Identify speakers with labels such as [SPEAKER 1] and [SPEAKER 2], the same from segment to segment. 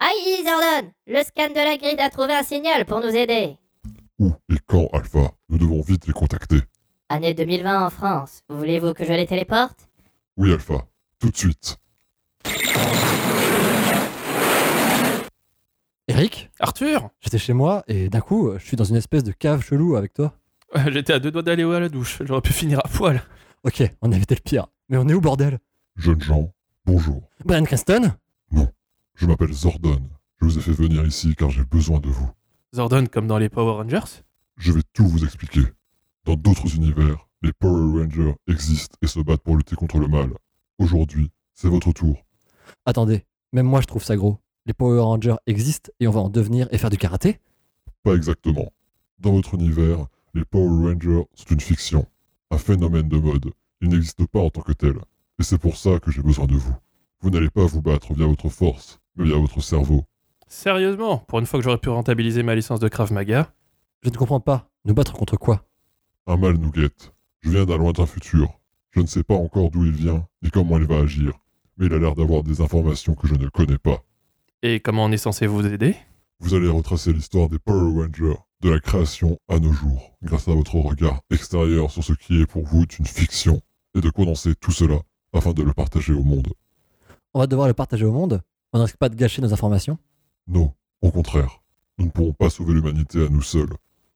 [SPEAKER 1] Aïe, Zordon Le scan de la grille a trouvé un signal pour nous aider.
[SPEAKER 2] Où et quand, Alpha Nous devons vite les contacter.
[SPEAKER 1] Année 2020 en France. Voulez-vous que je les téléporte
[SPEAKER 2] Oui, Alpha. Tout de suite.
[SPEAKER 3] Eric,
[SPEAKER 4] Arthur
[SPEAKER 3] j'étais chez moi et d'un coup, je suis dans une espèce de cave chelou avec toi.
[SPEAKER 4] Euh, J'étais à deux doigts d'aller à la douche, j'aurais pu finir à poil.
[SPEAKER 3] Ok, on a évité le pire. Mais on est où, bordel
[SPEAKER 2] Jeunes gens, bonjour.
[SPEAKER 3] Brian Cranston
[SPEAKER 2] Je m'appelle Zordon. Je vous ai fait venir ici car j'ai besoin de vous.
[SPEAKER 4] Zordon comme dans les Power Rangers
[SPEAKER 2] Je vais tout vous expliquer. Dans d'autres univers, les Power Rangers existent et se battent pour lutter contre le mal. Aujourd'hui, c'est votre tour.
[SPEAKER 3] Attendez, même moi je trouve ça gros. Les Power Rangers existent et on va en devenir et faire du karaté
[SPEAKER 2] Pas exactement. Dans votre univers, les Power Rangers, c'est une fiction. Un phénomène de mode. Ils n'existent pas en tant que tels. Et c'est pour ça que j'ai besoin de vous. Vous n'allez pas vous battre via votre force, mais via votre cerveau.
[SPEAKER 4] Sérieusement, pour une fois que j'aurais pu rentabiliser ma licence de Krav Maga.
[SPEAKER 3] Je ne comprends pas. Nous battre contre quoi
[SPEAKER 2] Un mal nous guette. Je viens d'un lointain futur. Je ne sais pas encore d'où il vient, ni comment il va agir. Mais il a l'air d'avoir des informations que je ne connais pas.
[SPEAKER 4] Et comment on est censé vous aider
[SPEAKER 2] Vous allez retracer l'histoire des Power Rangers, de la création à nos jours, grâce à votre regard extérieur sur ce qui est pour vous une fiction, et de condenser tout cela afin de le partager au monde.
[SPEAKER 3] On va devoir le partager au monde On ne risque pas de gâcher nos informations
[SPEAKER 2] Non, au contraire, nous ne pourrons pas sauver l'humanité à nous seuls.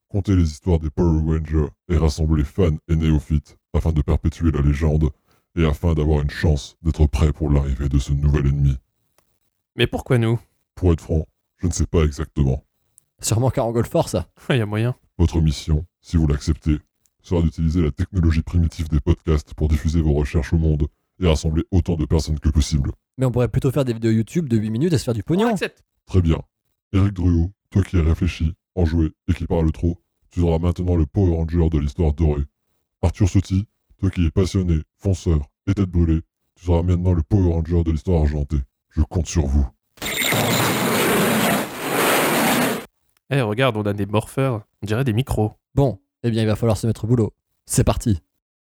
[SPEAKER 2] Comptez les histoires des Power Rangers et rassemblez fans et néophytes afin de perpétuer la légende et afin d'avoir une chance d'être prêt pour l'arrivée de ce nouvel ennemi.
[SPEAKER 4] Mais pourquoi nous
[SPEAKER 2] Pour être franc, je ne sais pas exactement.
[SPEAKER 3] Sûrement qu'à Angolfort, ça.
[SPEAKER 4] Il y a moyen.
[SPEAKER 2] Votre mission, si vous l'acceptez, sera d'utiliser la technologie primitive des podcasts pour diffuser vos recherches au monde et rassembler autant de personnes que possible.
[SPEAKER 3] Mais on pourrait plutôt faire des vidéos YouTube de 8 minutes et se faire du
[SPEAKER 4] On
[SPEAKER 3] pognon.
[SPEAKER 4] accepte.
[SPEAKER 2] Très bien. Eric Druot, toi qui as réfléchi, enjoué et qui parle trop, tu seras maintenant le Power Ranger de l'histoire dorée. Arthur Sotti, toi qui es passionné, fonceur et tête brûlée, tu seras maintenant le Power Ranger de l'histoire argentée. Je compte sur vous.
[SPEAKER 4] Eh, regarde, on a des morpheurs, on dirait des micros.
[SPEAKER 3] Bon, eh bien, il va falloir se mettre au boulot. C'est parti.